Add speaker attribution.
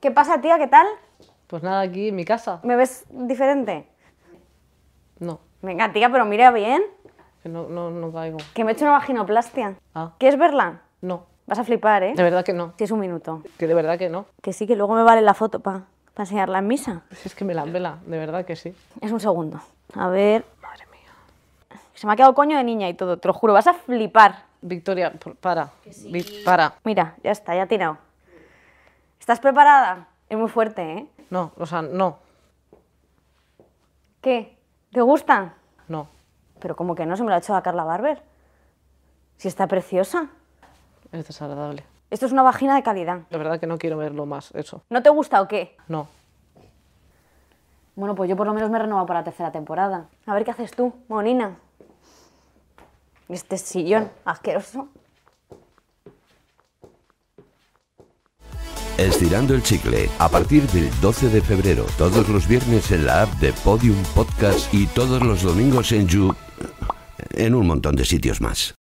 Speaker 1: ¿Qué pasa, tía? ¿Qué tal?
Speaker 2: Pues nada, aquí en mi casa.
Speaker 1: ¿Me ves diferente?
Speaker 2: No,
Speaker 1: Venga, tía, pero mira bien.
Speaker 2: que no, no, no caigo.
Speaker 1: Que me he hecho una vaginoplastia.
Speaker 2: Ah,
Speaker 1: ¿Quieres verla?
Speaker 2: no.
Speaker 1: Vas a flipar, ¿eh?
Speaker 2: De verdad que no.
Speaker 1: Si es un minuto.
Speaker 2: Que de verdad que no.
Speaker 1: Que sí, que luego me vale la foto para enseñarla en misa.
Speaker 2: Si es que me la vela, de verdad que sí.
Speaker 1: Es un segundo. A ver. Madre mía. Se me ha quedado coño de niña y todo, te lo juro. Vas a flipar.
Speaker 2: Victoria, por- para. Vi- Para.
Speaker 1: Mira, ya está, ya ha tirado. ¿Estás preparada? Es muy fuerte, ¿eh?
Speaker 2: No, o sea, no.
Speaker 1: ¿Qué? ¿Te gusta?
Speaker 2: No.
Speaker 1: Pero como que no, se me lo ha hecho a Carla Barber. Si está preciosa.
Speaker 2: Es desagradable.
Speaker 1: Esto es una vagina de calidad.
Speaker 2: De verdad que no quiero verlo más, eso.
Speaker 1: ¿No te gusta o qué?
Speaker 2: No.
Speaker 3: Bueno, pues yo por lo menos me he renovado para la tercera temporada.
Speaker 1: A ver qué haces tú, Monina. Este sillón asqueroso.
Speaker 4: Estirando el chicle a partir del 12 de febrero, todos los viernes en la app de Podium Podcast y todos los domingos en You en un montón de sitios más.